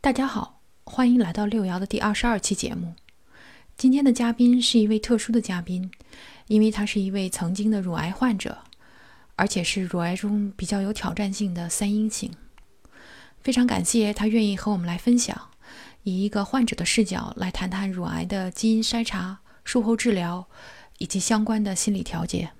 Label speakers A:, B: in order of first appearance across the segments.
A: 大家好，欢迎来到六爻的第二十二期节目。今天的嘉宾是一位特殊的嘉宾，因为他是一位曾经的乳癌患者，而且是乳癌中比较有挑战性的三阴型。非常感谢他愿意和我们来分享，以一个患者的视角来谈谈乳癌的基因筛查、术后治疗以及相关的心理调节。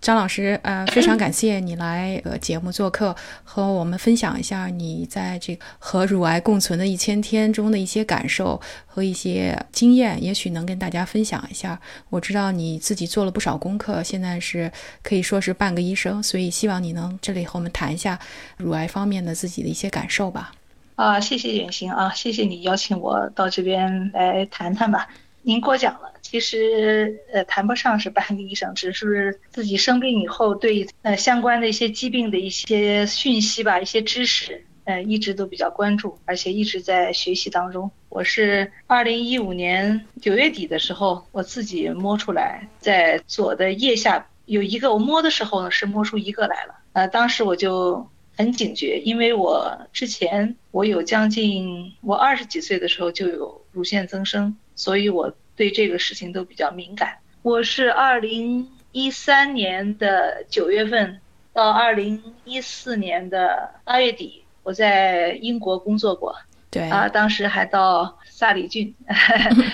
A: 张老师，呃，非常感谢你来呃节目做客，和我们分享一下你在这个和乳癌共存的一千天中的一些感受和一些经验，也许能跟大家分享一下。我知道你自己做了不少功课，现在是可以说是半个医生，所以希望你能这里和我们谈一下乳癌方面的自己的一些感受吧。
B: 啊，谢谢远行啊，谢谢你邀请我到这边来谈谈吧。您过奖了，其实呃谈不上是半个医生，只是自己生病以后对呃相关的一些疾病的一些讯息吧，一些知识，呃一直都比较关注，而且一直在学习当中。我是二零一五年九月底的时候，我自己摸出来，在左的腋下有一个，我摸的时候呢是摸出一个来了，呃当时我就。很警觉，因为我之前我有将近我二十几岁的时候就有乳腺增生，所以我对这个事情都比较敏感。我是二零一三年的九月份到二零一四年的八月底，我在英国工作过，
A: 对
B: 啊，当时还到萨里郡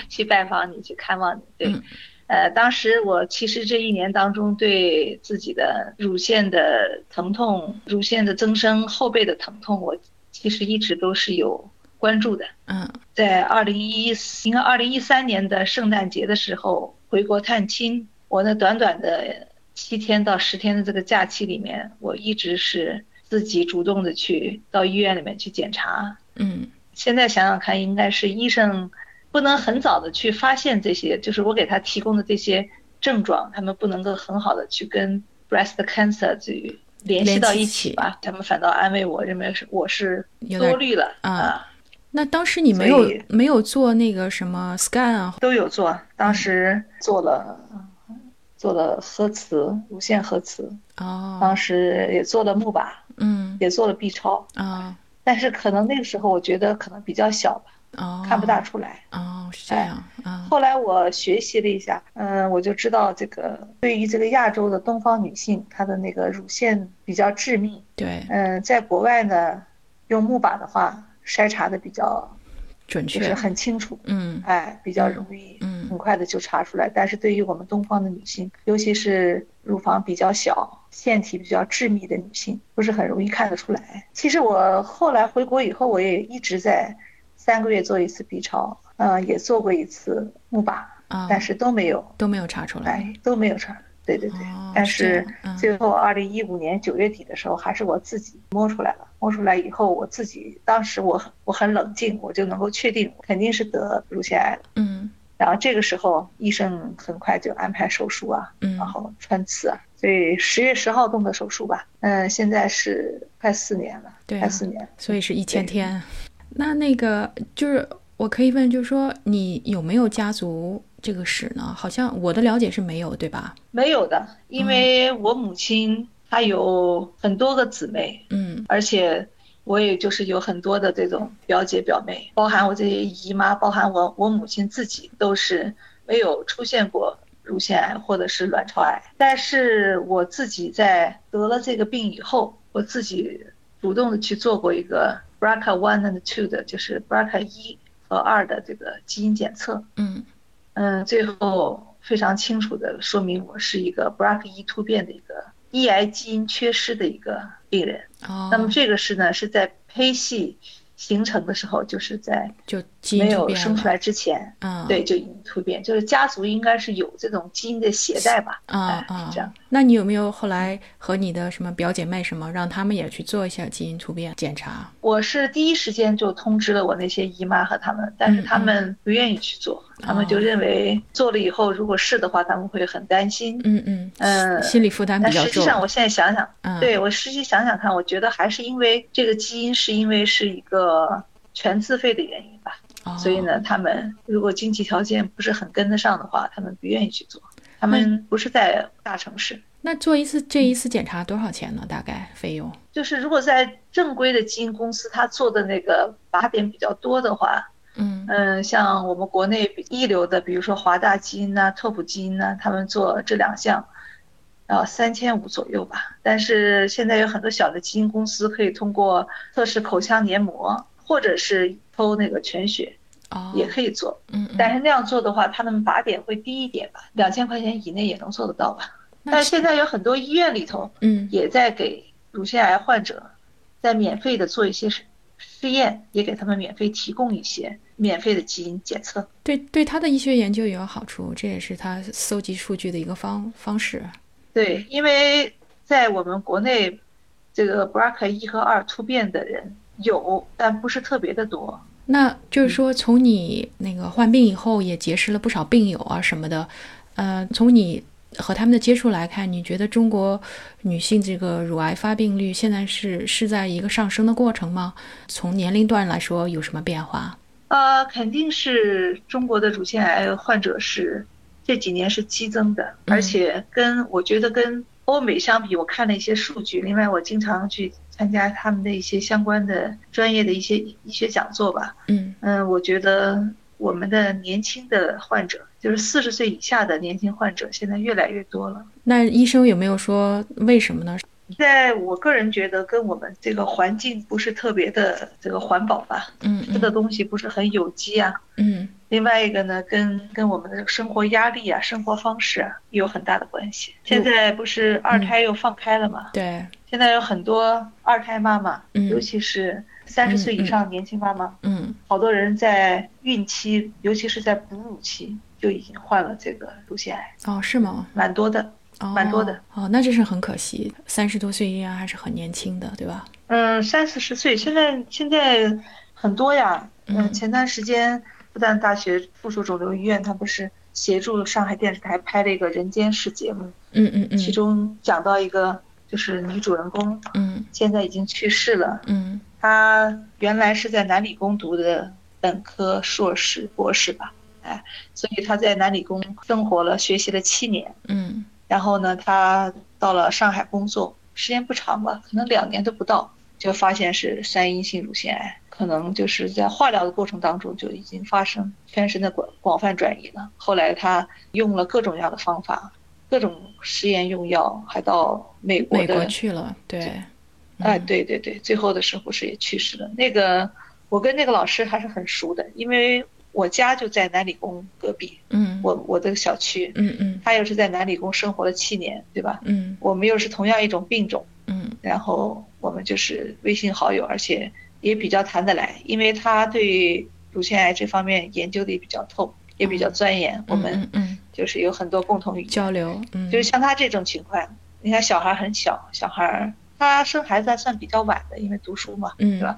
B: 去拜访你，去看望你，对。呃，当时我其实这一年当中，对自己的乳腺的疼痛、乳腺的增生、后背的疼痛，我其实一直都是有关注的。
A: 嗯
B: 在二零一应该二零一三年的圣诞节的时候回国探亲，我那短短的七天到十天的这个假期里面，我一直是自己主动的去到医院里面去检查。
A: 嗯
B: 现在想想看，应该是医生不能很早的去发现这些，就是我给他提供的这些症状，他们不能够很好的去跟 breast cancer 去联系到一起吧，他们反倒安慰我，认为是我是
A: 有点
B: 多虑了
A: 啊
B: 啊，
A: 那当时你没有
B: 所以
A: 没有做那个什么 scan 啊？
B: 都有做，当时做了。做了核磁，乳腺核磁，
A: 哦
B: 当，时也做了钼靶，
A: 嗯
B: 也做了 B 超，
A: 啊
B: 但是可能那个时候我觉得可能比较小吧，
A: 哦，
B: 看不大出来。
A: 哦，是这样啊，
B: 哎后来我学习了一下，嗯，我就知道这个对于这个亚洲的东方女性，她的那个乳腺比较致密。
A: 对，
B: 嗯，在国外呢，用钼靶的话，筛查的比较
A: 准
B: 就
A: 确，
B: 是很清楚，
A: 嗯
B: 哎，比较容易，
A: 嗯
B: 很快的就查出来。但是对于我们东方的女性，尤其是乳房比较小、腺体比较致密的女性，不是很容易看得出来。其实我后来回国以后，我也一直在三个月做一次 B 超，呃，也做过一次钼靶。
A: 啊，
B: 但是都没有，
A: 都没有查出来。
B: 哎，都没有成。对对对，
A: 嗯哦
B: 哎但
A: 是
B: 是
A: 这样嗯
B: 最后二零一五年九月底的时候，还是我自己摸出来了。摸出来以后，我自己当时我我很冷静，我就能够确定肯定是得乳腺癌了。
A: 嗯
B: 然后这个时候，医生很快就安排手术啊，
A: 嗯
B: 然后穿刺啊，所以十月十号动的手术吧。嗯，现在是快四年了，
A: 对啊
B: 快四年了。
A: 所以是一千
B: 对
A: 天。那那个就是我可以问，就是说你有没有家族这个史呢？好像我的了解是没有，对吧？
B: 没有的，
A: 嗯
B: 因为我母亲她有很多个姊妹，
A: 嗯
B: 而且我也就是有很多的这种表姐表妹，包含我这些姨妈，包含我我母亲自己都是没有出现过乳腺癌或者是卵巢癌。但是我自己在得了这个病以后，我自己主动的去做过一个 BRCA one and two 的，就是 BRCA 一和二的这个基因检测。
A: 嗯
B: 嗯，最后非常清楚的说明我是一个 BRCA 一突变的一个 EI 基因缺失的一个病人。
A: 哦，
B: 那么这个是呢，是在胚系形成的时候，就是在
A: 就基因
B: 没
A: 突
B: 有
A: 变
B: 生出
A: 了
B: 来之前，
A: 啊，
B: 对，就已经突变，就是家族应该是有这种基因的携带吧，
A: 啊
B: 哎
A: 啊
B: 是这样。
A: 那你有没有后来和你的什么表姐妹什么，让他们也去做一下基因突变检查？
B: 我是第一时间就通知了我那些姨妈和他们，但是
A: 嗯
B: 他们不愿意去做，
A: 哦
B: 他们就认为做了以后如果是的话，他们会很担心。
A: 嗯嗯
B: 嗯
A: 心理负担比
B: 但
A: 较
B: 实际
A: 重。
B: 上，我现在想想，
A: 嗯，
B: 对我实际想想看，我觉得还是因为这个基因是因为是一个全自费的原因吧。
A: 哦
B: 所以呢，他们如果经济条件不是很跟得上的话，他们不愿意去做。他们不是在大城市。
A: 那做一次这一次检查多少钱呢？大概费用？
B: 就是如果在正规的基因公司，他做的那个靶点比较多的话，
A: 嗯
B: 嗯，像我们国内比一流的，比如说华大基因呐、特普基因呐、他们做这两项，啊，三千五左右吧。但是现在有很多小的基因公司可以通过测试口腔黏膜，或者是抽那个全血
A: 哦，
B: 也可以做，
A: 嗯嗯，
B: 但是那样做的话，他们靶点会低一点吧，两千块钱以内也能做得到吧。
A: 那
B: 但是现在有很多医院里头
A: 嗯
B: 也在给乳腺癌患者在免费的做一些试试验，也给他们免费提供一些免费的基因检测。
A: 对对他的医学研究也有好处，这也是他搜集数据的一个方方式。嗯
B: 对，因为在我们国内，这个 BRCA 一和二突变的人有，但不是特别的多。
A: 那就是说，从你那个患病以后，也结识了不少病友啊什么的。呃，从你和他们的接触来看，你觉得中国女性这个乳癌发病率现在是是在一个上升的过程吗？从年龄段来说，有什么变化？
B: 呃，肯定是中国的乳腺癌患者是这几年是激增的，而且跟我觉得跟欧美相比，我看了一些数据。另外，我经常去参加他们的一些相关的专业的一些医学讲座吧。
A: 嗯
B: 嗯，我觉得我们的年轻的患者，就是四十岁以下的年轻患者，现在越来越多了。
A: 那医生有没有说为什么呢？
B: 在我个人觉得，跟我们这个环境不是特别的这个环保吧，
A: 嗯
B: 吃的东西不是很有机啊。
A: 嗯，
B: 另外一个呢，跟跟我们的生活压力啊、生活方式啊有很大的关系。现在不是二胎又放开了嘛？
A: 对，
B: 现在有很多二胎妈妈，
A: 嗯
B: 尤其是三十岁以上年轻妈妈，
A: 嗯
B: 好多人在孕期，尤其是在哺乳期就已经患了这个乳腺癌，
A: 哦，是吗？
B: 蛮多的。
A: 哦，
B: 蛮多的
A: 哦，那真是很可惜，三十多岁依然还是很年轻的，对吧？
B: 嗯，三四十岁，现在现在很多呀。嗯，
A: 嗯
B: 前段时间复旦大学附属肿瘤医院，它不是协助上海电视台拍了一个《人间世》节目，
A: 嗯嗯嗯，
B: 其中讲到一个就是女主人公
A: 嗯
B: 现在已经去世了，
A: 嗯
B: 她原来是在南理工读的本科、硕士、博士吧，哎，所以她在南理工生活了、学习了七年，
A: 嗯
B: 然后呢，她到了上海工作，时间不长吧，可能两年都不到，就发现是三阴性乳腺癌，可能就是在化疗的过程当中就已经发生全身的广广泛转移了。后来她用了各种各样的方法，各种实验用药，还到美国
A: 美
B: 的
A: 国去了，对，
B: 哎，
A: 嗯
B: 对对对，最后的时候是也去世了。那个我跟那个老师还是很熟的，因为我家就在南理工隔壁，
A: 嗯，
B: 我我的小区，
A: 嗯嗯
B: 他又是在南理工生活了七年，对吧？
A: 嗯
B: 我们又是同样一种病种，
A: 嗯
B: 然后我们就是微信好友，而且也比较谈得来，因为他对乳腺癌这方面研究的也比较透，也比较钻研，我们
A: 嗯嗯
B: 就是有很多共同语言。
A: 交流，嗯
B: 就是像他这种情况，你看小孩很小，小孩儿他生孩子还算比较晚的，因为读书嘛，
A: 嗯
B: 对吧？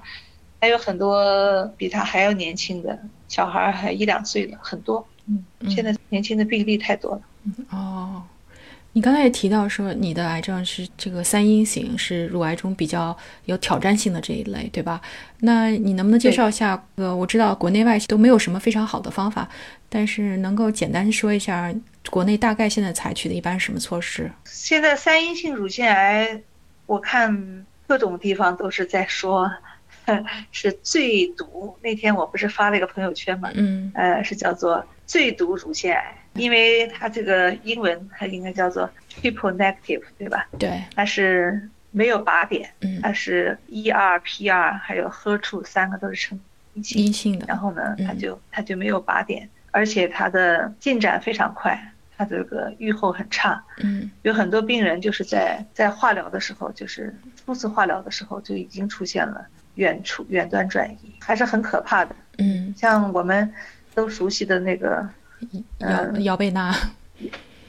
B: 还有很多比他还要年轻的小孩，还一两岁的很多。嗯，
A: 嗯
B: 现在年轻的病例太多了。
A: 哦。你刚才也提到说，你的癌症是这个三阴型，是乳癌中比较有挑战性的这一类，对吧？那你能不能介
B: 对
A: 绍一下？呃，我知道国内外都没有什么非常好的方法，但是能够简单说一下国内大概现在采取的一般什么措施？
B: 现在三阴性乳腺癌，我看各种地方都是在说是最毒。那天我不是发了一个朋友圈嘛，
A: 嗯
B: 呃，是叫做最毒乳腺癌，因为它这个英文它应该叫做 triple negative，对吧？
A: 对，
B: 它是没有靶点，
A: 嗯，
B: 它是 ER、PR 还有 HER2 三个都是呈阴性，
A: 阴性的，
B: 然后呢，
A: 嗯
B: 它就它就没有靶点，而且它的进展非常快，它这个预后很差，
A: 嗯
B: 有很多病人就是在在化疗的时候，就是初次化疗的时候就已经出现了远处远端转移，还是很可怕的。
A: 嗯，
B: 像我们都熟悉的那个，
A: 姚
B: 呃
A: 姚贝娜，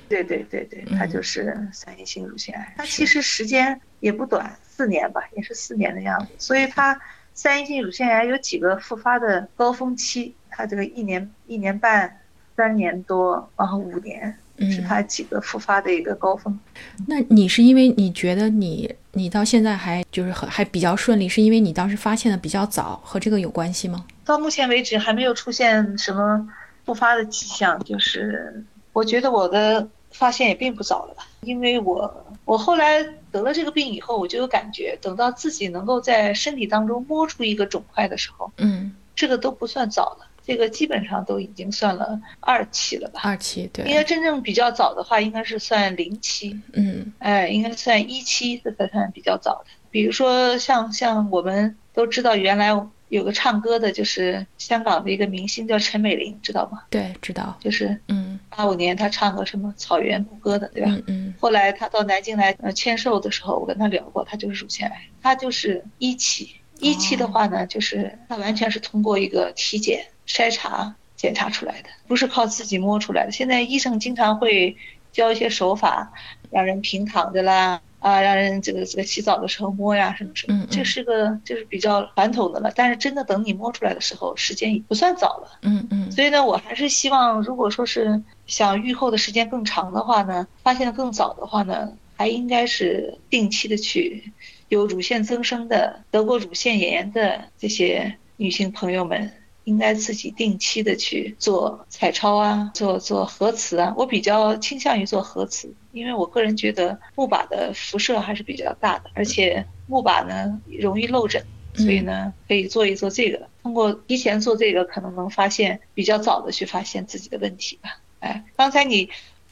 B: 对对对对，它
A: 嗯
B: 就是三阴性乳腺癌。它
A: 是
B: 其实时间也不短，四年吧，也是四年的样子。所以它三阴性乳腺癌有几个复发的高峰期，它这个一年、一年半、三年多，然后五年
A: 嗯，
B: 是它几个复发的一个高峰。
A: 那你是因为你觉得你你到现在还就是很还比较顺利，是因为你当时发现的比较早，和这个有关系吗？
B: 到目前为止还没有出现什么复发的迹象，就是我觉得我的发现也并不早了吧？因为我我后来得了这个病以后，我就有感觉，等到自己能够在身体当中摸出一个肿块的时候，
A: 嗯，
B: 这个都不算早了，这个基本上都已经算了二期了吧？
A: 二期对，
B: 应该真正比较早的话，应该是算零期，
A: 嗯
B: 哎，应该算一期，这才算比较早的。比如说像像我们都知道，原来有个唱歌的，就是香港的一个明星叫陈美玲，知道吗？
A: 对，知道，
B: 就是
A: 嗯
B: 八五年她唱个什么《草原牧歌》的，对啊吧？
A: 嗯嗯
B: 后来她到南京来呃签售的时候，我跟她聊过，她就是乳腺癌，她就是一期。一期的话呢，就是她完全是通过一个体检筛查检查出来的，不是靠自己摸出来的。现在医生经常会教一些手法，让人平躺着啦，啊，让人这个这个洗澡的时候摸呀，什么什
A: 嗯
B: 么
A: 嗯。
B: 这是个就是比较传统的了，但是真的等你摸出来的时候，时间已不算早了。
A: 嗯嗯
B: 所以呢，我还是希望，如果说是想预后的时间更长的话呢，发现的更早的话呢，还应该是定期的去有乳腺增生的、得过乳腺炎的这些女性朋友们，应该自己定期的去做彩超啊，做做核磁啊。我比较倾向于做核磁，因为我个人觉得钼靶的辐射还是比较大的，而且钼靶呢容易漏诊。所以呢，可以做一做这个，通过提前做这个，可能能发现比较早的去发现自己的问题吧。哎，刚才你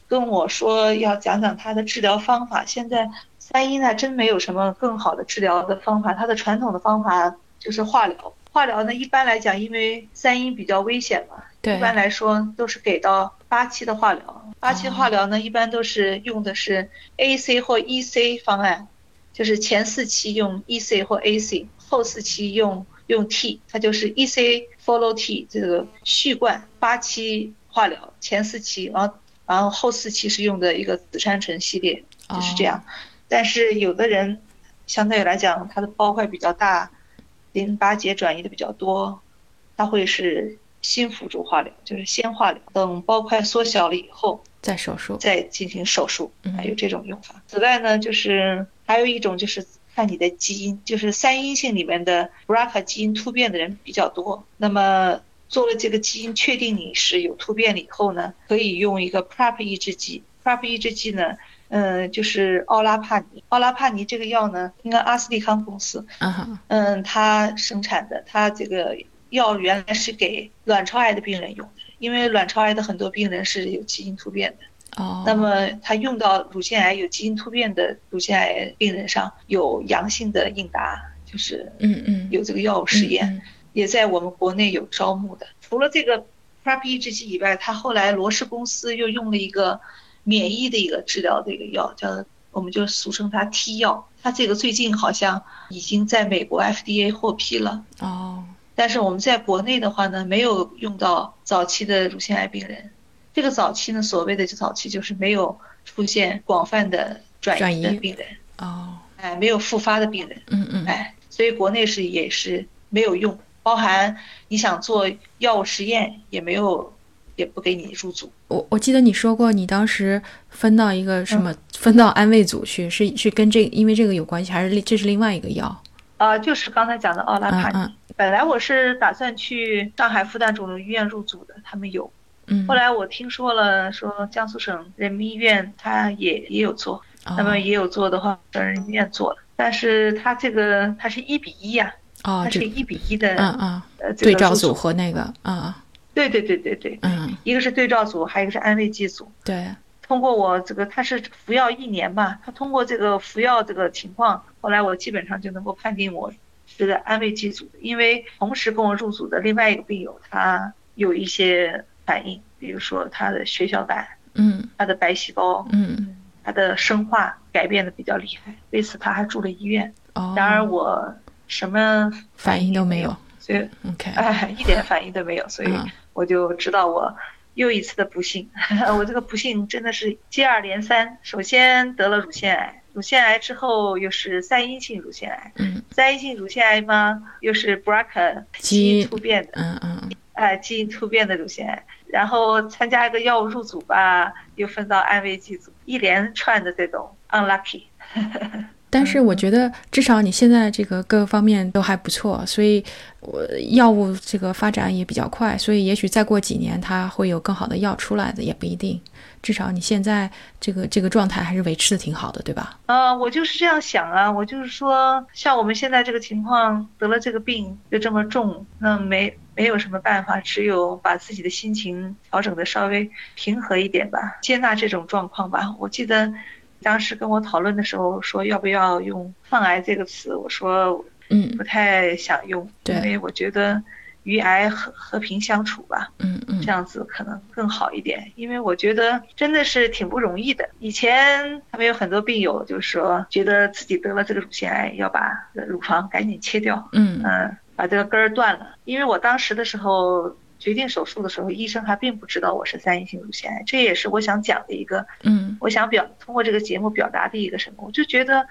B: 跟我说要讲讲它的治疗方法，现在三一呢真没有什么更好的治疗的方法，它的传统的方法就是化疗。化疗呢，一般来讲，因为三阴比较危险嘛，
A: 对
B: 一，般来说都是给到八期的化疗。八期化疗呢，一般都是用的是 AC 或 EC 方案，就是前四期用 EC 或 AC，后四期用用 T，它就是 EC follow T 这个续贯八期化疗，前四期，然后然后后四期是用的一个紫杉醇系列，就是
A: 哦
B: 这样。但是有的人相对来讲，他的包块比较大，淋巴结转移的比较多，他会是新辅助化疗，就是先化疗，等包块缩小了以后
A: 哦再手术，
B: 再进行手术，
A: 嗯
B: 还有这种用法。此外呢，就是还有一种就是。看你的基因，就是三阴性里面的 BRCA 基因突变的人比较多。那么做了这个基因，确定你是有突变了以后呢，可以用一个 PrEP 抑制剂。PrEP 抑制剂呢，嗯，就是奥拉帕尼。奥拉帕尼这个药呢，应该阿斯利康公司，
A: 啊哈，
B: 嗯，它生产的，它这个药原来是给卵巢癌的病人用的，因为卵巢癌的很多病人是有基因突变的。
A: 哦，
B: 那么它用到乳腺癌有基因突变的乳腺癌病人上，有阳性的应答，就是
A: 嗯嗯，
B: 有这个药物实验。
A: 嗯，
B: 也在我们国内有招募的。除了这个 PrEP 抑制剂以外，它后来罗氏公司又用了一个免疫的一个治疗的一个药，叫我们就俗称它 T 药。它这个最近好像已经在美国 FDA 获批了，
A: 嗯哦，
B: 但是我们在国内的话呢，没有用到早期的乳腺癌病人。这个早期呢，所谓的早期就是没有出现广泛的转移的
A: 转移
B: 病人，
A: 哦，
B: 哎，没有复发的病人。
A: 嗯嗯，
B: 哎，所以国内是也是没有用，包含你想做药物实验也没有，也不给你入组。
A: 我我记得你说过，你当时分到一个
B: 嗯
A: 什么，分到安慰组去，是是跟这因为这个有关系，还是另这是另外一个药？
B: 啊、就是刚才讲的奥拉
A: 嗯
B: 帕尼。
A: 嗯
B: 本来我是打算去上海复旦肿瘤医院入组的，他们有。
A: 嗯，
B: 后来我听说了，说江苏省人民医院他也也有做，那么
A: 哦
B: 也有做的话，省人民医院做了。但是他这个他是一比一呀、
A: 哦
B: 他
A: 这
B: 是一比一的、
A: 嗯嗯
B: 呃这个
A: 对照
B: 入
A: 组，和那个啊
B: 对对对对对，
A: 嗯
B: 一个是对照组，还有一个是安慰剂组。
A: 对
B: 通过我这个，他是服药一年嘛，他通过这个服药这个情况，后来我基本上就能够判定我是个安慰剂组的，因为同时跟我入组的另外一个病友，他有一些反应，比如说他的血小板、
A: 嗯
B: 他的白细胞、
A: 嗯
B: 他的生化改变的比较厉害，为此他还住了医院。
A: 哦，
B: 然而我什么
A: 反应都没有
B: 所以
A: ，OK，
B: 哎 一点反应都没有，所以
A: 嗯
B: 我就知道我又一次的不幸， 我这个不幸真的是接二连三。首先得了乳腺癌，乳腺癌之后又是三阴性乳腺癌，
A: 嗯
B: 三阴性乳腺癌嘛又是 BRCA
A: 基
B: 基
A: 因
B: 因突变的，
A: 嗯嗯
B: 哎、基因突变的乳腺癌。然后参加一个药物入组吧，又分到安慰剂组，一连串的这种 unlucky。
A: 但是我觉得至少你现在这个各个方面都还不错，所以我药物这个发展也比较快，所以也许再过几年它会有更好的药出来的，也不一定。至少你现在这个这个状态还是维持的挺好的，对吧？
B: 啊、我就是这样想啊，我就是说，像我们现在这个情况，得了这个病又这么重，那没没有什么办法，只有把自己的心情调整的稍微平和一点吧，接纳这种状况吧。我记得当时跟我讨论的时候说要不要用“抗癌”这个词，我说
A: 嗯
B: 不太想用，
A: 对
B: 因为我觉得与癌和和平相处吧。
A: 嗯嗯
B: 这样子可能更好一点，因为我觉得真的是挺不容易的。以前他们有很多病友就是说，觉得自己得了这个乳腺癌，要把呃乳房赶紧切掉，
A: 嗯
B: 嗯，把这个根儿断了。因为我当时的时候决定手术的时候，医生还并不知道我是三阴性乳腺癌，这也是我想讲的一个，
A: 嗯
B: 我想表通过这个节目表达的一个什么，我就觉得。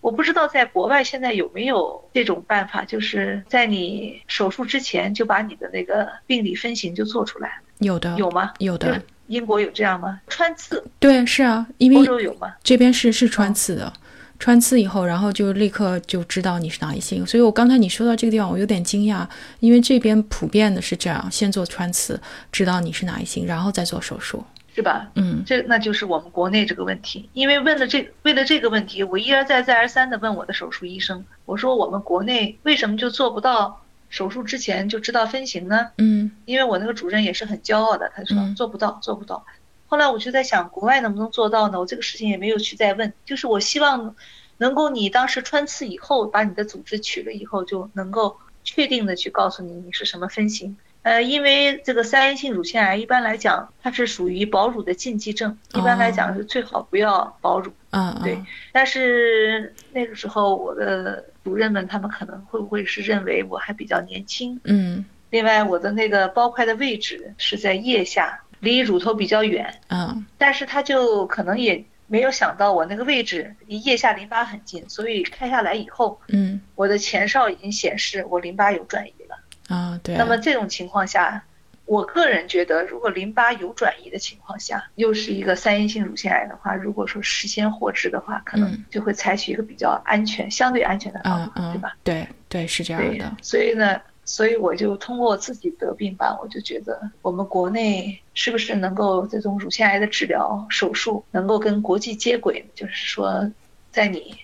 B: 我不知道在国外现在有没有这种办法，就是在你手术之前就把你的那个病理分型就做出来。
A: 有的
B: 有吗？
A: 有
B: 就
A: 的
B: 是，英国有这样吗？穿刺，
A: 对，是啊，因
B: 欧
A: 为
B: 洲有吗？
A: 这边是是穿刺的，穿刺以后，然后就立刻就知道你是哪一性。所以我刚才你说到这个地方，我有点惊讶，因为这边普遍的是这样，先做穿刺，知道你是哪一性，然后再做手术。
B: 是吧？
A: 嗯
B: 这那就是我们国内这个问题，因为问了这为了这个问题，我一而再再而三的问我的手术医生，我说我们国内为什么就做不到手术之前就知道分型呢？
A: 嗯
B: 因为我那个主任也是很骄傲的，他说
A: 嗯
B: 做不到，做不到。后来我就在想，国外能不能做到呢？我这个事情也没有去再问，就是我希望能够你当时穿刺以后，把你的组织取了以后，就能够确定的去告诉你你是什么分型。呃，因为这个三阴性乳腺癌一般来讲，它是属于保乳的禁忌症，一般来讲是最好不要保乳。
A: 啊啊，
B: 对但是那个时候我的主任们他们可能会不会是认为我还比较年轻，
A: 嗯
B: 另外，我的那个包块的位置是在腋下，离乳头比较远，
A: 啊
B: 但是他就可能也没有想到我那个位置离腋下淋巴很近，所以开下来以后，
A: 嗯
B: 我的前哨已经显示我淋巴有转移了。
A: 啊，对
B: 那，么这种情况下，我个人觉得，如果淋巴有转移的情况下，又是一个三阴性乳腺癌的话，如果说事先获知的话，可能
A: 嗯
B: 就会采取一个比较安全、相对安全的方
A: 啊
B: 法，哦对吧
A: 啊？，对对是这样
B: 对
A: 的，
B: 所以呢，所以我就通过我自己得病吧，我就觉得我们国内是不是能够这种乳腺癌的治疗手术能够跟国际接轨，就是说，在你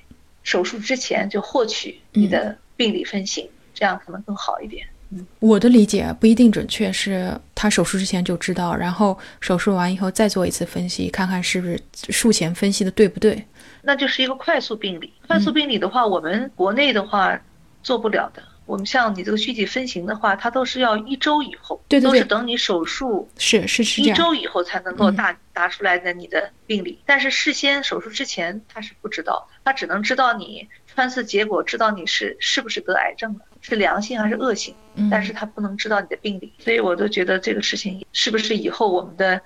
B: 手术之前就获取你的嗯病理分型，这样可能更好一点。
A: 我的理解不一定准确，是他手术之前就知道，然后手术完以后再做一次分析，看看是不是术前分析的对不对。
B: 那就是一个快速病理，快速病理的话，我们国内的话做不了的。我们像你这个具体分型的话，它都是要一周以后，
A: 对对
B: 都是
A: 对
B: 等你手术
A: 是是是这
B: 一
A: 样，嗯
B: 周以后才能够拿拿出来的你的病理，但是事先手术之前他是不知道，他只能知道你穿刺结果，知道你是是不是得癌症了，是良性还是恶性，
A: 嗯
B: 但是他不能知道你的病理，所以我都觉得这个事情是不是以后我们的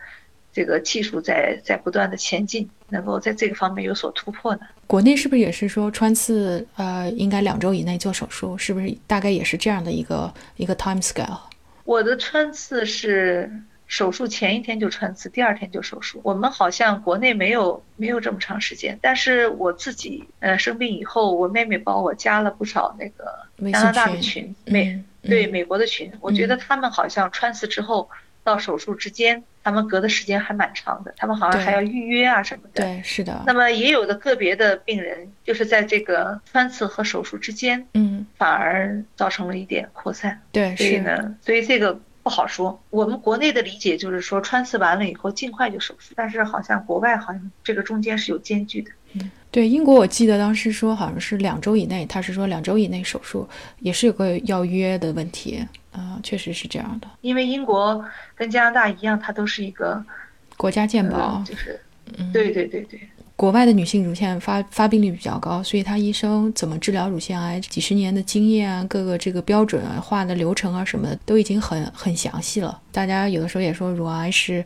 B: 这个技术在在不断的前进，能够在这个方面有所突破呢？
A: 国内是不是也是说穿刺呃应该两周以内做手术？是不是大概也是这样的一个一个 time scale？
B: 我的穿刺是手术前一天就穿刺，第二天就手术。我们好像国内没有没有这么长时间，但是我自己呃生病以后，我妹妹帮我加了不少那个
A: 微
B: 加拿
A: 信
B: 大的
A: 群，
B: 群，
A: 嗯
B: 美、
A: 嗯
B: 对美国的群，我觉得他们好像穿刺之后到手术之间，他们隔的时间还蛮长的，他们好像
A: 对
B: 还要预约啊什么的。
A: 对是的
B: 那，么也有的个别的病人，就是在这个穿刺和手术之间，
A: 嗯
B: 反而造成了一点扩散。
A: 对
B: 所以
A: 是
B: 呢，所以这个不好说。我们国内的理解就是说，穿刺完了以后尽快就手术，但是好像国外好像这个中间是有间距的。
A: 对英国我记得当时说好像是两周以内，他是说两周以内手术也是有个要约的问题啊、确实是这样的，
B: 因为英国跟加拿大一样，它都是一个，
A: 国家健保
B: 呃、。就是
A: 嗯，
B: 对对对对，
A: 国外的女性乳腺发发病率比较高，所以她医生怎么治疗乳腺癌，几十年的经验啊，各个这个标准啊、化的流程啊什么的，都已经很很详细了。大家有的时候也说，乳癌是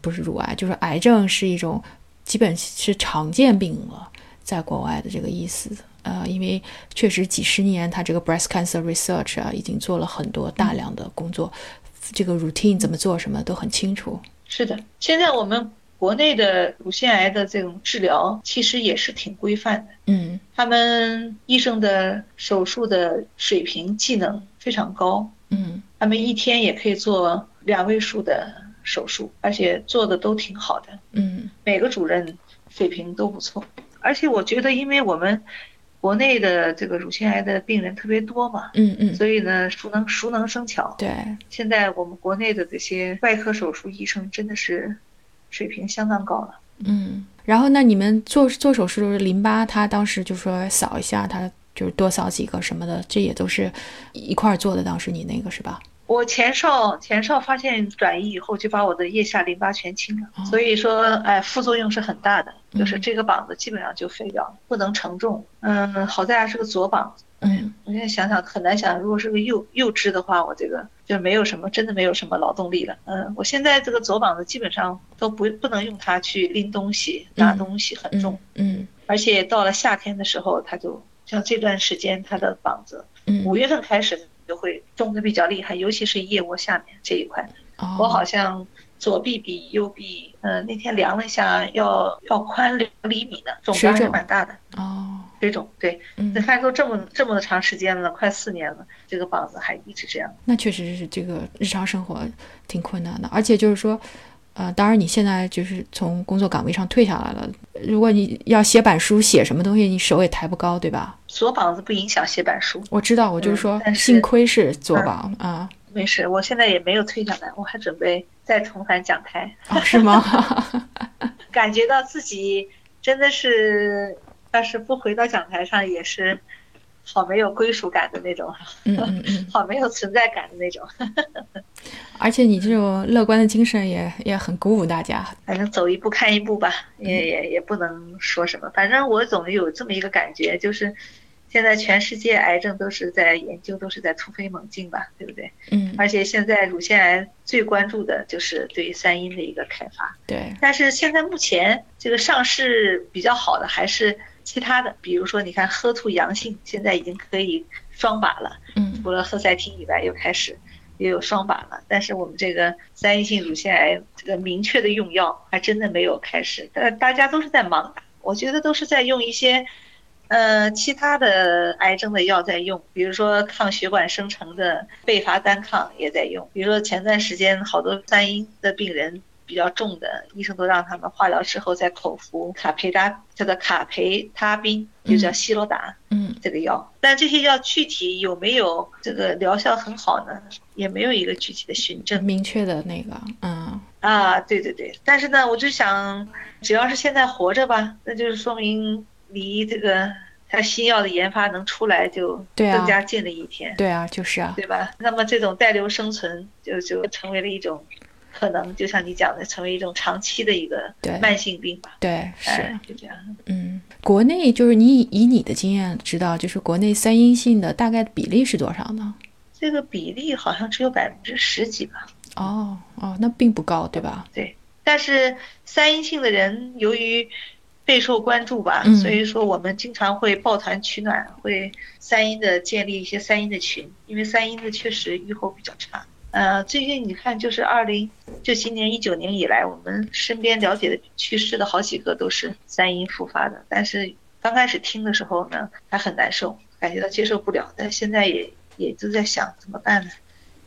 A: 不是乳癌，就是癌症是一种基本是常见病了，在国外的这个意思。呃，因为确实几十年，他这个 breast cancer research 啊，已经做了很多大量的工作，这个 routine 怎么做什么都很清楚。
B: 是的。现在我们国内的乳腺癌的这种治疗其实也是挺规范的，
A: 嗯
B: 他们医生的手术的水平技能非常高，
A: 嗯
B: 他们一天也可以做两位数的手术，而且做的都挺好的，
A: 嗯
B: 每个主任水平都不错。而且我觉得，因为我们国内的这个乳腺癌的病人特别多嘛，
A: 嗯嗯，
B: 所以呢，熟能熟能生巧。
A: 对，
B: 现在我们国内的这些外科手术医生真的是水平相当高了。
A: 嗯。然后那你们做做手术的时候，淋巴他当时就说扫一下，他就是多扫几个什么的，这也都是一块儿做的。当时你那个是吧？
B: 我前哨前哨发现转移以后，就把我的腋下淋巴全清了，所以说，哎，副作用是很大的，就是这个膀子基本上就废掉了，不能承重。嗯，好在还是个左膀子，
A: 嗯
B: 我现在想想很难想，如果是个右右肢的话，我这个就没有什么，真的没有什么劳动力了。嗯，我现在这个左膀子基本上都不不能用它去拎东西、拿东西，很重。
A: 嗯嗯
B: 而且到了夏天的时候，它就像这段时间，它的膀子
A: 嗯。
B: 五月份开始就会重的比较厉害，尤其是腋窝下面这一块，
A: 哦
B: 我好像左臂比右臂，嗯、那天量了一下，要要宽两厘米呢，肿
A: 水
B: 胀还是
A: 肿
B: 蛮大的，
A: 哦，
B: 水肿。对，
A: 嗯
B: 你，看都这么这么长时间了，快四年了，这个膀子还一直这样。
A: 那确实是这个日常生活挺困难的，而且就是说，呃，当然你现在就是从工作岗位上退下来了，如果你要写板书、写什么东西，你手也抬不高，对吧？
B: 左膀子不影响写板书，
A: 我知道，我就是
B: 嗯
A: 说，
B: 但是
A: 幸亏是左膀啊、
B: 没事，我现在也没有退下来，我还准备再重返讲台，
A: 哦是吗？
B: 感觉到自己真的是，要是不回到讲台上，也是好没有归属感的那种，
A: 嗯嗯嗯，
B: 好没有存在感的那种。
A: 而且你这种乐观的精神也也很鼓舞大家，
B: 反正走一步看一步吧，也也也不能说什么。反正我总有这么一个感觉，就是现在全世界癌症都是在研究，都是在突飞猛进吧，对不对？
A: 嗯，
B: 而且现在乳腺癌最关注的就是对三阴的一个开发，
A: 对，
B: 但是现在目前这个上市比较好的还是其他的，比如说你看喝吐阳性，现在已经可以双靶了，
A: 嗯
B: 除了喝塞汀以外，又开始也有双靶了。但是我们这个三阴性乳腺癌这个明确的用药还真的没有开始，但大家都是在盲打，我觉得都是在用一些。呃，其他的癌症的药在用，比如说抗血管生成的贝伐单抗也在用，比如说前段时间好多三阴的病人比较重的，医生都让他们化疗之后再口服卡培达，叫做卡培他滨，就叫西罗达。
A: 嗯
B: 这个药，但这些药具体有没有这个疗效很好呢？也没有一个具体的循证
A: 明确的那个，嗯
B: 啊。对对对，但是呢，我就想，只要是现在活着吧，那就是说明离这个它新药的研发能出来就
A: 对啊
B: 更加近了一天，
A: 对啊，就是啊，
B: 对吧？那么这种带瘤生存就就成为了一种可能，就像你讲的，成为一种长期的一个
A: 对
B: 慢性病吧。
A: 对是。
B: 哎，就这样。
A: 嗯，国内就是你以以你的经验知道，就是国内三阴性的大概比例是多少呢？
B: 这个比例好像只有百分之十几吧。
A: 哦哦，那并不高，对吧？
B: 但是三阴性的人由于备受关注吧，
A: 嗯
B: 所以说我们经常会抱团取暖，会三阴的建立一些三阴的群，因为三阴的确实预后比较差。呃，最近你看，就是二零就今年一九年以来，我们身边了解的去世的好几个都是三阴复发的，但是刚开始听的时候呢，还很难受，感觉到接受不了，但现在也也就在想怎么办呢？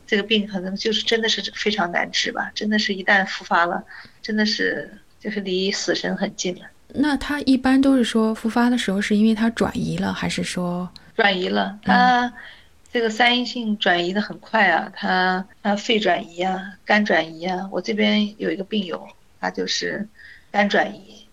B: 这个病可能就是真的是非常难治吧，真的是一旦复发了，真的是就是离死神很近了，
A: 那它一般都是说复发的时候是因为它转移了，还是说
B: 转移了。它这个三阴性转移的很快啊，它它肺转移啊，肝转移啊。我这边有一个病友，他就是肝转移，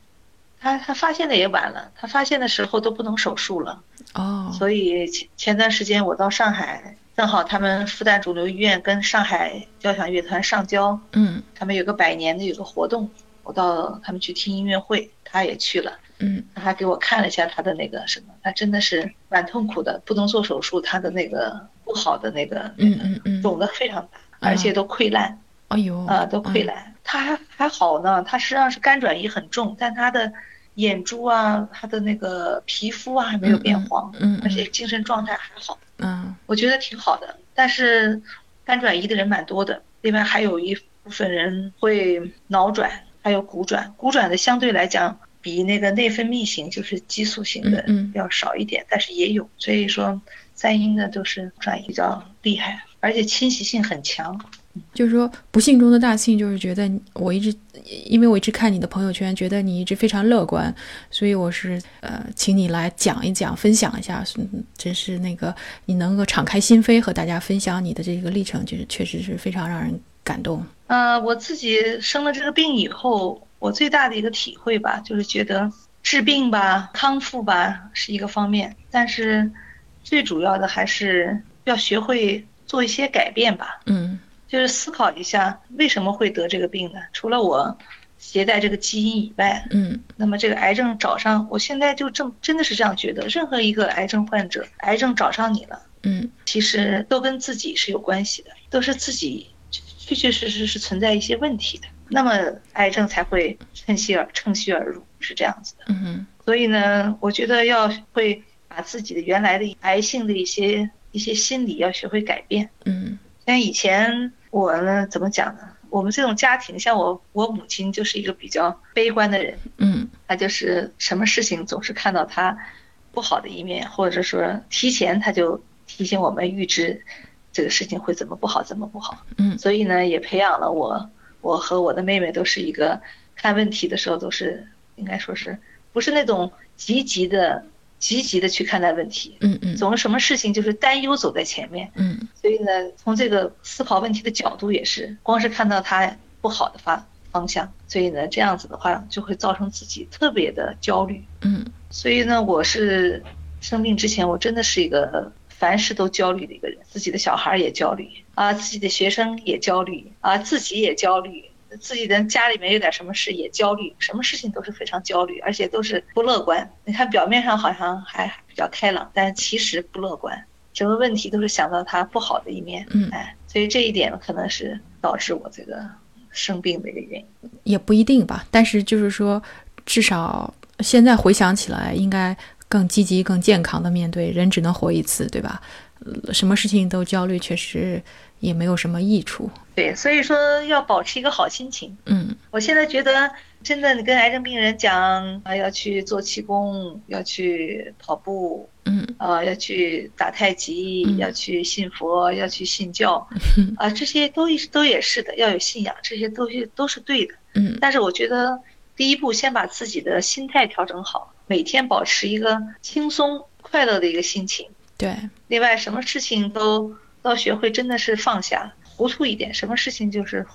B: 他他发现的也晚了，他发现的时候都不能手术了。
A: 哦
B: 所以前前段时间我到上海，正好他们复旦肿瘤医院跟上海交响乐团上交，
A: 嗯
B: 他们有个百年的有个活动，我到他们去听音乐会，他也去了，
A: 嗯
B: 他还给我看了一下他的那个什么，他真的是蛮痛苦的，不能做手术，他的那个不好的那个那
A: 嗯
B: 个
A: 嗯嗯，
B: 肿得非常大，而且都溃烂
A: 哎呦
B: 啊、都溃烂。
A: 嗯
B: 他还还好呢，他实际上是肝转移很重，但他的眼珠啊，他的那个皮肤啊还没有变黄，
A: 嗯嗯
B: 而且精神状态还好。
A: 嗯
B: 我觉得挺好的，但是肝转移的人蛮多的，另外还有一部分人会脑转，还有骨转，骨转的相对来讲比那个内分泌型，就是激素型的
A: 嗯嗯
B: 要少一点，但是也有。所以说三阴的都是转移比较厉害，而且侵袭性很强。
A: 就是说不幸中的大幸，就是觉得你我一直，因为我一直看你的朋友圈，觉得你一直非常乐观，所以我是呃，请你来讲一讲，分享一下，嗯真是那个你能够敞开心扉和大家分享你的这个历程，就是确实是非常让人感动。
B: 呃，我自己生了这个病以后，我最大的一个体会吧，就是觉得治病吧、康复吧是一个方面，但是最主要的还是要学会做一些改变吧，
A: 嗯
B: 就是思考一下为什么会得这个病呢？除了我携带这个基因以外，
A: 嗯
B: 那么这个癌症找上，我现在就正真的是这样觉得，任何一个癌症患者，癌症找上你了。
A: 嗯
B: 其实都跟自己是有关系的，都是自己确确实实是存在一些问题的，那么癌症才会趁虚而趁虚而入，是这样子的。
A: 嗯哼
B: 所以呢，我觉得要会把自己的原来的癌性的一些一些心理要学会改变。
A: 嗯
B: 像以前我呢，怎么讲呢？我们这种家庭，像我我母亲就是一个比较悲观的人，
A: 嗯
B: 他就是什么事情总是看到他不好的一面，或者说提前他就提醒我们预知这个事情会怎么不好，怎么不好。
A: 嗯
B: 所以呢，也培养了我，我和我的妹妹都是一个看问题的时候都是应该说是不是那种积极的、积极的去看待问题，
A: 嗯嗯
B: 总什么事情就是担忧走在前面。
A: 嗯
B: 所以呢，从这个思考问题的角度也是，光是看到它不好的方方向，所以呢，这样子的话就会造成自己特别的焦虑。
A: 嗯
B: 所以呢，我是生病之前，我真的是一个凡事都焦虑的一个人，自己的小孩也焦虑啊，自己的学生也焦虑啊，自己也焦虑。自己的家里面有点什么事也焦虑，什么事情都是非常焦虑，而且都是不乐观。你看表面上好像还比较开朗，但其实不乐观，什么问题都是想到它不好的一面。
A: 嗯，
B: 哎，所以这一点可能是导致我这个生病的一个原因。
A: 也不一定吧，但是就是说，至少现在回想起来，应该更积极、更健康的面对。人只能活一次，对吧？呃什么事情都焦虑，确实也没有什么益处。
B: 对，所以说要保持一个好心情。
A: 嗯
B: 我现在觉得，真的，你跟癌症病人讲啊，要去做气功，要去跑步，
A: 嗯
B: 呃，要去打太极，
A: 嗯
B: 要去信佛，要去信教，
A: 嗯
B: 啊，这些都都也是的，要有信仰，这些都是都是对的。
A: 嗯
B: 但是我觉得，第一步先把自己的心态调整好，每天保持一个轻松快乐的一个心情。
A: 对，
B: 另外，什么事情都都要学会，真的是放下，糊涂一点，什么事情就是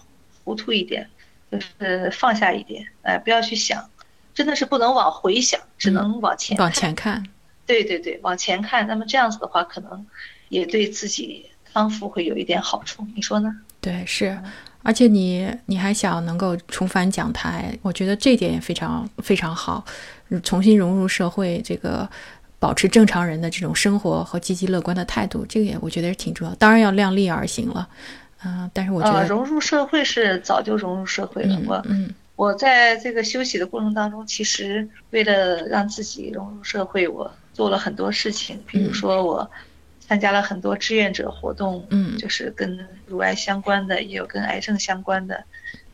B: 糊涂一点，就是放下一点，哎，不要去想，真的是不能往回想，只能往前看。
A: 嗯往前看。
B: 对对对，往前看。那么这样子的话，可能也对自己康复会有一点好处，你说呢？
A: 对，是，
B: 嗯
A: 而且你你还想能够重返讲台，我觉得这点也非常非常好，嗯重新融入社会，这个保持正常人的这种生活和积极乐观的态度，这个也我觉得是挺重要。当然要量力而行了，嗯、但是我觉
B: 呃，
A: 得，
B: 融入社会是早就融入社会了，
A: 嗯
B: 我
A: 嗯
B: 我在这个休息的过程当中，其实为了让自己融入社会，我做了很多事情，比如说我参加了很多志愿者活动，
A: 嗯
B: 就是跟乳癌相关的，也有跟癌症相关的，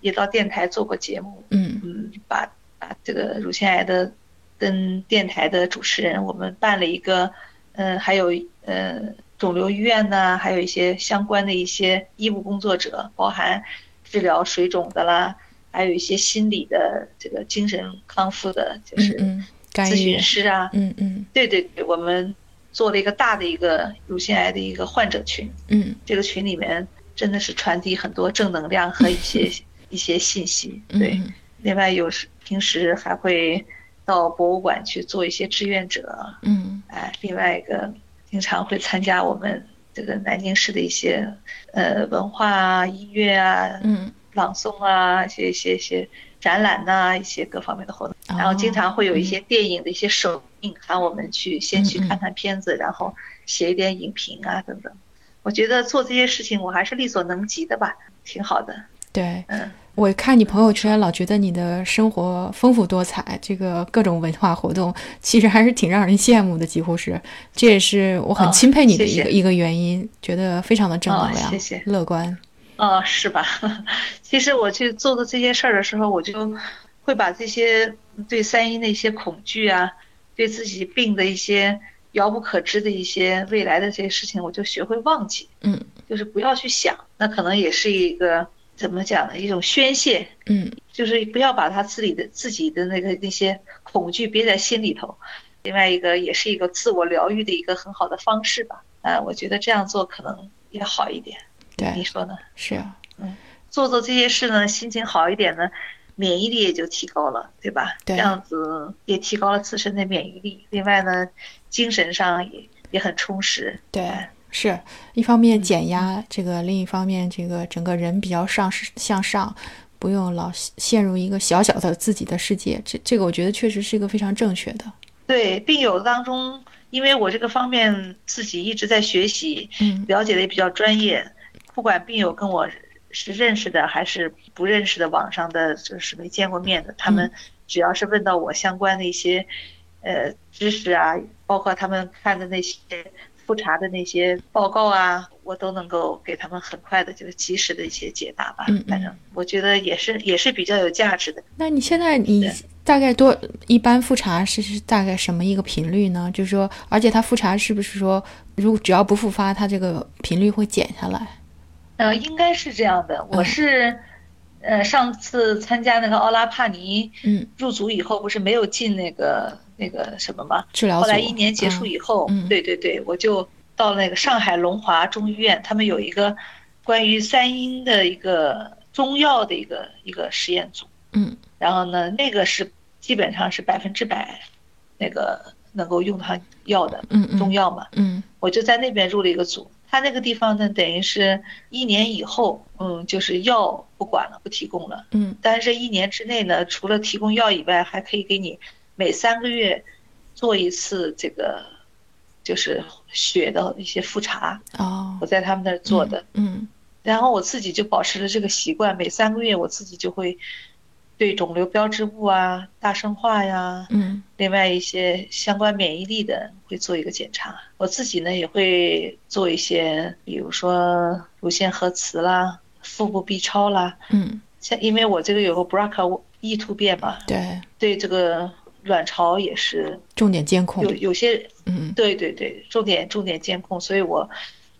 B: 也到电台做过节目，
A: 嗯
B: 嗯，把把这个乳腺癌的跟电台的主持人，我们办了一个，嗯、还有呃肿瘤医院呐、还有一些相关的一些医务工作者，包含治疗水肿的啦，还有一些心理的这个精神康复的，就
A: 嗯
B: 是
A: 嗯，干
B: 咨
A: 预
B: 询，师啊，
A: 嗯嗯
B: 对对对，我们做了一个大的一个乳腺癌的一个患者群，
A: 嗯
B: 这个群里面真的是传递很多正能量和一些一些信息，
A: 嗯，
B: 对。另外有时平时还会到博物馆去做一些志愿者，
A: 嗯
B: 哎，另外一个经常会参加我们这个南京市的一些呃文化啊、音乐啊、
A: 嗯
B: 朗诵啊、一些一些一些展览呐、一些各方面的活动。
A: 哦
B: 然后经常会有一些电影的一些首映，喊我们去先去
A: 嗯嗯
B: 看看片子，然后写一点影评啊等等。我觉得做这些事情我还是力所能及的吧，挺好的。
A: 对。
B: 嗯，
A: 我看你朋友圈，老觉得你的生活丰富多彩，这个各种文化活动，其实还是挺让人羡慕的，几乎是，这也是我很
B: 哦
A: 钦佩你的
B: 谢
A: 一
B: 谢
A: 个、一个原因，觉得非常的正能
B: 哦
A: 量、
B: 谢谢
A: 乐观。
B: 哦，是吧？ 其实我去做做这些事儿的时候，我就会把这些对三一的一些恐惧啊，对自己病的一些遥不可知的一些未来的这些事情，我就学会忘记，
A: 嗯，
B: 就是不要去想。那可能也是一个怎么讲呢？一种宣泄，
A: 嗯
B: 就是不要把他自己的自己的那个那些恐惧憋在心里头。另外一个也是一个自我疗愈的一个很好的方式吧。啊，我觉得这样做可能也好一点，你
A: 对，
B: 说呢？
A: 是啊，
B: 做做这些事呢，心情好一点呢，免疫力也就提高了，对吧？
A: 对
B: 这样子也提高了自身的免疫力。另外呢，精神上也也很充实。
A: 对
B: 哎。
A: 是一方
B: 嗯
A: 面减压，这个另一方面，这个整个人比较上向上，不用老陷入一个小小的自己的世界。这这个我觉得确实是一个非常正确的。
B: 对，病友当中，因为我这个方面自己一直在学习，
A: 嗯
B: 了解的也比较专业。不管病友跟我是认识的还是不认识的，网上的就是没见过面
A: 嗯
B: 的，他们只要是问到我相关的一些呃知识啊，包括他们看的那些复查的那些报告啊，我都能够给他们很快的就是及时的一些解答吧
A: 嗯嗯。
B: 反正我觉得也是也是比较有价值的。
A: 那你现在你
B: 对
A: 大概多一般复查是是大概什么一个频率呢？就是说，而且它复查是不是说，如果只要不复发，它这个频率会减下来？
B: 呃，应该是这样的。
A: 嗯
B: 我是呃上次参加那个奥拉帕尼
A: 嗯，
B: 入组以后，不是没有进那个那个什么吗？
A: 治疗
B: 后
A: 组
B: 来一年结束以后，
A: 嗯嗯
B: 对对对，我就到那个上海龙华中医院，他们有一个关于三阴的一个中药的一个一个实验组。
A: 嗯
B: 然后呢，那个是基本上是百分之百那个能够用上药的
A: 嗯嗯
B: 中药嘛。
A: 嗯
B: 我就在那边入了一个组。他那个地方呢，等于是一年以后，嗯，就是药不管了，不提供了。
A: 嗯
B: 但是，一年之内呢，除了提供药以外，还可以给你每三个月做一次这个，就是血的一些复查。
A: 哦
B: 我在他们那儿做的，
A: 嗯
B: 然后我自己就保持了这个习惯，每三个月我自己就会对肿瘤标志物啊、大生化呀，
A: 嗯
B: 另外一些相关免疫力的会做一个检查。我自己呢也会做一些，比如说乳腺核磁啦、腹部 B 超啦。
A: 嗯
B: 像因为我这个有个 BRCA 异突变嘛，
A: 对，
B: 对这个卵巢也是
A: 重点监控
B: 有有些
A: 嗯
B: 对对对，重点重点监控，所以我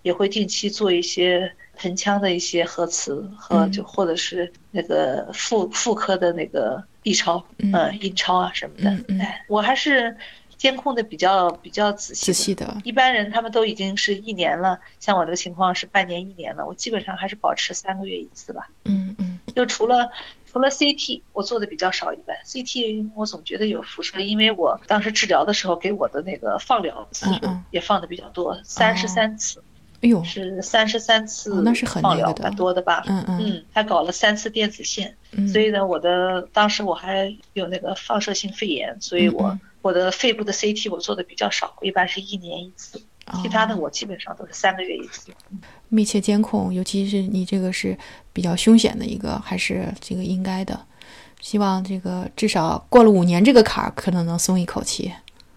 B: 也会定期做一些盆腔的一些核磁和
A: 嗯
B: 就或者是那个妇妇科的那个 B 超、
A: 嗯
B: 呃阴超啊什么的。
A: 嗯嗯
B: 哎，我还是监控的比较比较仔细
A: 仔
B: 的。
A: 细的
B: 一般人他们都已经是一年了，像我这个情况是半年一年了，我基本上还是保持三个月一次吧。
A: 嗯嗯
B: 就除了除了 CT 我做的比较少以外，CT 我总觉得有辐射，因为我当时治疗的时候给我的那个放疗次数
A: 嗯嗯
B: 也放的比较多，三十三次、
A: 哎呦
B: 是三十三次、
A: 哦那是很那
B: 放
A: 个
B: 疗
A: 的
B: 蛮多的吧？
A: 嗯嗯
B: 嗯，还搞了三次电子线，
A: 嗯
B: 所以呢，我的当时我还有那个放射性肺炎，所以我、
A: 嗯嗯
B: 我的肺部的 CT 我做的比较少，我一般是一年一次，其他的
A: 哦
B: 我基本上都是三个月一次。
A: 密切监控，尤其是你这个是比较凶险的一个，还是这个应该的。希望这个至少过了五年这个坎儿，可能能松一口气。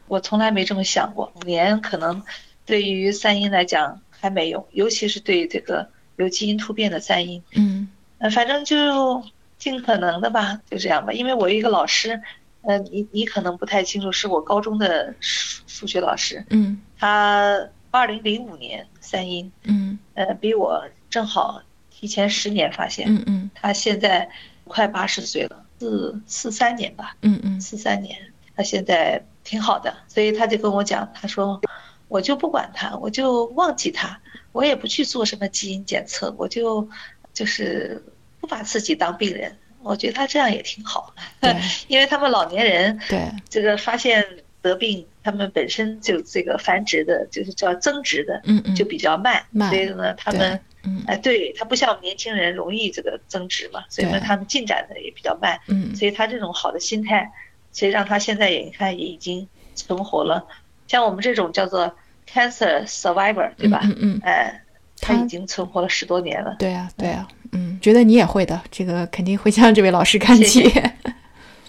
B: 我从来没这么想过，五年可能对于三阴来讲还没有，尤其是对这个有基因突变的三阴，
A: 嗯
B: 呃，反正就尽可能的吧，就这样吧。因为我有一个老师，呃，你你可能不太清楚，是我高中的数数学老师，
A: 嗯
B: 他二零零五年三阴，
A: 嗯
B: 呃，比我正好提前十年发现，
A: 嗯嗯
B: 他现在快八十岁了，四四三年吧。
A: 嗯嗯
B: 四三年，他现在挺好的，所以他就跟我讲，他说我就不管他，我就忘记他，我也不去做什么基因检测，我就就是不把自己当病人。我觉得他这样也挺好，
A: 对
B: 因为他们老年人
A: 对，
B: 这个发现得病，他们本身就这个繁殖的，就是叫增殖的，
A: 嗯嗯
B: 就比较慢，
A: 慢
B: 所以呢，他们
A: 对嗯
B: 哎，对他不像我们年轻人容易这个增殖嘛，所以呢，
A: 对
B: 他们进展的也比较慢。
A: 嗯
B: 所以他这种好的心态，所以让他现在也你看也已经存活了。像我们这种叫做 cancer survivor，对吧？
A: 嗯嗯，嗯
B: 哎，他
A: 他
B: 已经存活了十多年了。
A: 对啊对啊，嗯，觉得你也会的，这个肯定会向这位老师看
B: 谢
A: 齐。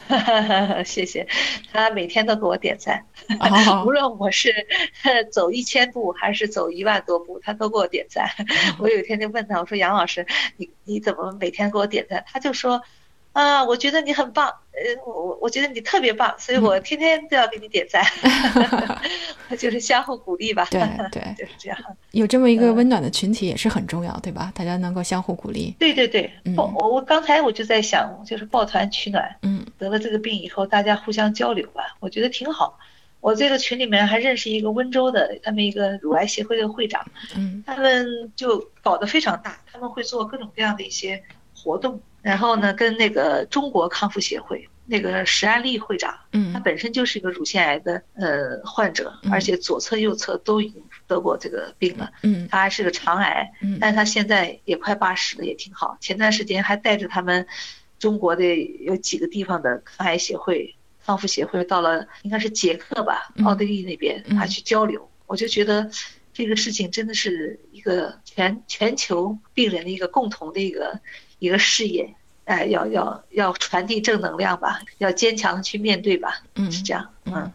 B: 谢谢谢，他每天都给我点赞，无
A: 哦，
B: 论我是 呃走一千步还是走一万多步，他都给我 点赞。我有一天就问他，我说杨老师，你你怎么每天给我点赞？他就说，啊，我觉得你很棒，呃，我我我觉得你特别棒，所以
A: 嗯
B: 我天天都要给你点 赞，就是相互鼓励吧。
A: 对对，
B: 就是这样。
A: 有这么一个
B: 嗯
A: 温暖的群体也是很重要，对吧？大家能够相互鼓励。
B: 对对对，
A: 嗯
B: 抱我我刚才我就在想，就是抱团取暖。
A: 嗯
B: 得了这个病以后，大家互相交流吧，我觉得挺好。我这个群里面还认识一个温州的，他们一个乳癌协会的会长，
A: 嗯
B: 他们就搞得非常大，他们会做各种各样的一些活动，然后呢，跟那个中国康复协会那个石安丽会长，他
A: 嗯
B: 本身就是一个乳腺癌的呃患者
A: 嗯，
B: 而且左侧右侧都已经得过这个病了，
A: 嗯
B: 他还是个肠癌，
A: 嗯
B: 但是他现在也快八十了，也挺好。前段时间还带着他们中国的有几个地方的抗癌协会、康复协会到了应该是捷克吧
A: 嗯，
B: 奥地利那边
A: 嗯
B: 啊去交流。我就觉得这个事情真的是一个全全球病人的一个共同的一个一个事业。哎，要要要传递正能量吧，要坚强的去面对吧，
A: 嗯
B: 是这样。
A: 嗯
B: 嗯，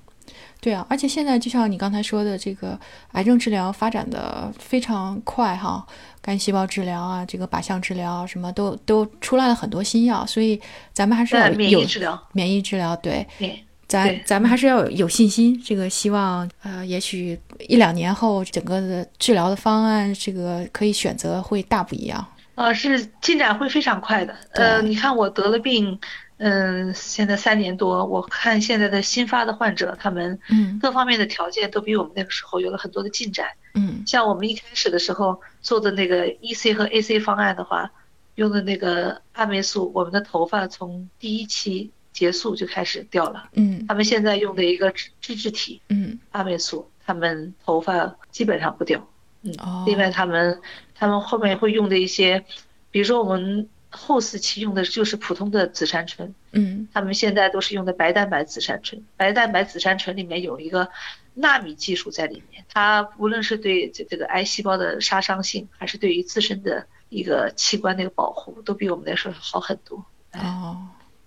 A: 对啊，而且现在就像你刚才说的，这个癌症治疗发展的非常快哈，干细胞治疗啊，这个靶向治疗啊什么都都出来了很多新药，所以咱们还是要
B: 那
A: 有
B: 免疫治疗，
A: 免疫治疗，对，
B: 对
A: 咱
B: 对
A: 咱们还是要有有信心。这个希望呃，也许一两年后，整个的治疗的方案，这个可以选择会大不一样。
B: 呃，是进展会非常快的。呃，
A: 对
B: 你看我得了病，嗯、现在三年多，我看现在的新发的患者，他们
A: 嗯
B: 各方面的条件都比我们那个时候有了很多的进展。
A: 嗯
B: 像我们一开始的时候做的那个 EC 和 AC 方案的话，用的那个阿霉素，我们的头发从第一期结束就开始掉了。
A: 嗯
B: 他们现在用的一个脂脂质体
A: 嗯
B: 阿霉素，他们头发基本上不掉。
A: 哦，
B: 另外，他们他们后面会用的一些，比如说我们后四期用的就是普通的紫杉醇，
A: 嗯
B: 他们现在都是用的白蛋白紫杉醇。白蛋白紫杉醇里面有一个纳米技术在里面，它无论是对这这个癌细胞的杀伤性，还是对于自身的一个器官的一个保护，都比我们来说好很多。
A: 哦，
B: 哎所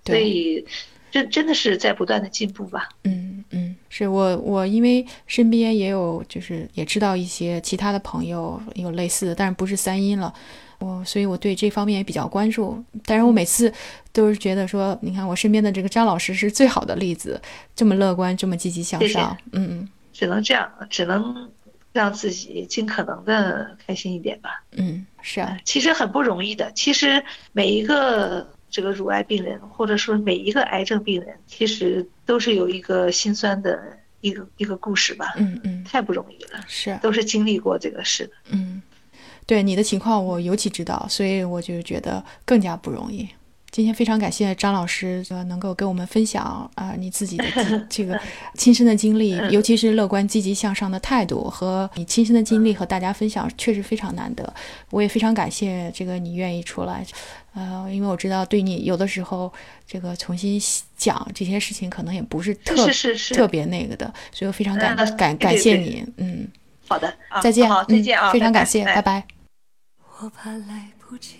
A: 对。
B: 以，这真的是在不断的进步吧。
A: 嗯嗯，是我我因为身边也有，就是也知道一些其他的朋友有类似的，但是不是三阴了，我所以我对这方面也比较关注。但是我每次都是觉得说，你看我身边的这个张老师是最好的例子，这么乐观，这么积极向
B: 谢谢
A: 上，嗯
B: 只能这样，只能让自己尽可能的开心一点吧。
A: 嗯嗯，是啊，
B: 其实很不容易的。其实每一个这个乳癌病人，或者说每一个癌症病人，其实都是有一个心酸的一个一个故事吧，
A: 嗯嗯
B: 太不容易了，
A: 是，啊
B: 都是经历过这个事的。
A: 嗯，对你的情况我尤其知道，所以我就觉得更加不容易。今天非常感谢张老师呃能够给我们分享啊、你自己的 这这个亲身的经历，
B: 嗯
A: 尤其是乐观积极向上的态度和你亲身的经历和大家分享，确实非常难得。我也非常感谢这个你愿意出来，呃，因为我知道对你有的时候这个重新讲这些事情可能也不是特
B: 是是是
A: 特别那个的，所以我非常感、
B: 嗯
A: 感
B: 对
A: 感
B: 对
A: 谢
B: 对
A: 你，嗯，
B: 好的啊，
A: 再见，
B: 好，再见啊，
A: 嗯，非常
B: 拜拜
A: 感谢，
B: 哎
A: 拜拜。
C: 我怕来不及，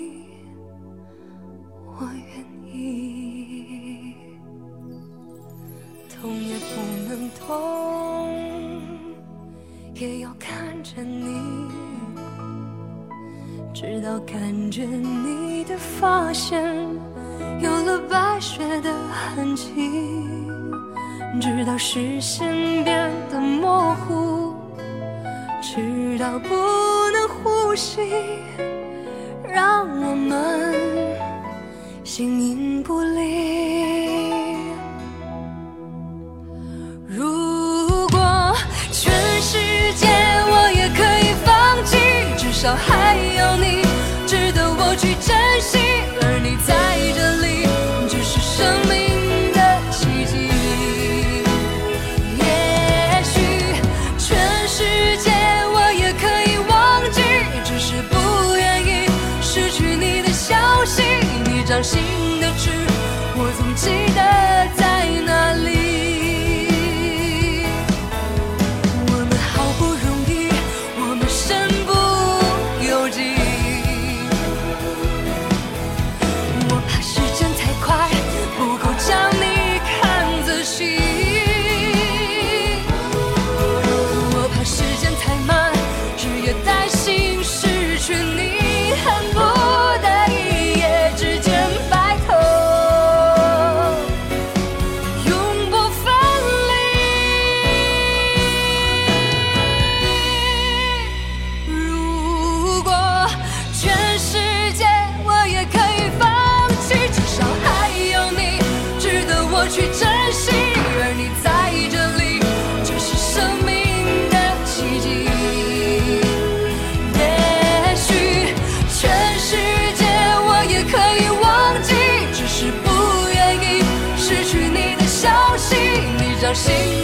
C: 我愿意。痛也不能痛，也要看着你，直到感觉你的发线有了白雪的痕迹，直到视线变得模糊，直到不能呼吸，让我们形影不离。如果全世界我也可以放弃，至少还有你值得我去珍惜，而你在这里，只是生命的奇迹。也许全世界我也可以忘心。